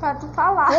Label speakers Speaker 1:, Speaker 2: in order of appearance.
Speaker 1: pra tu falar.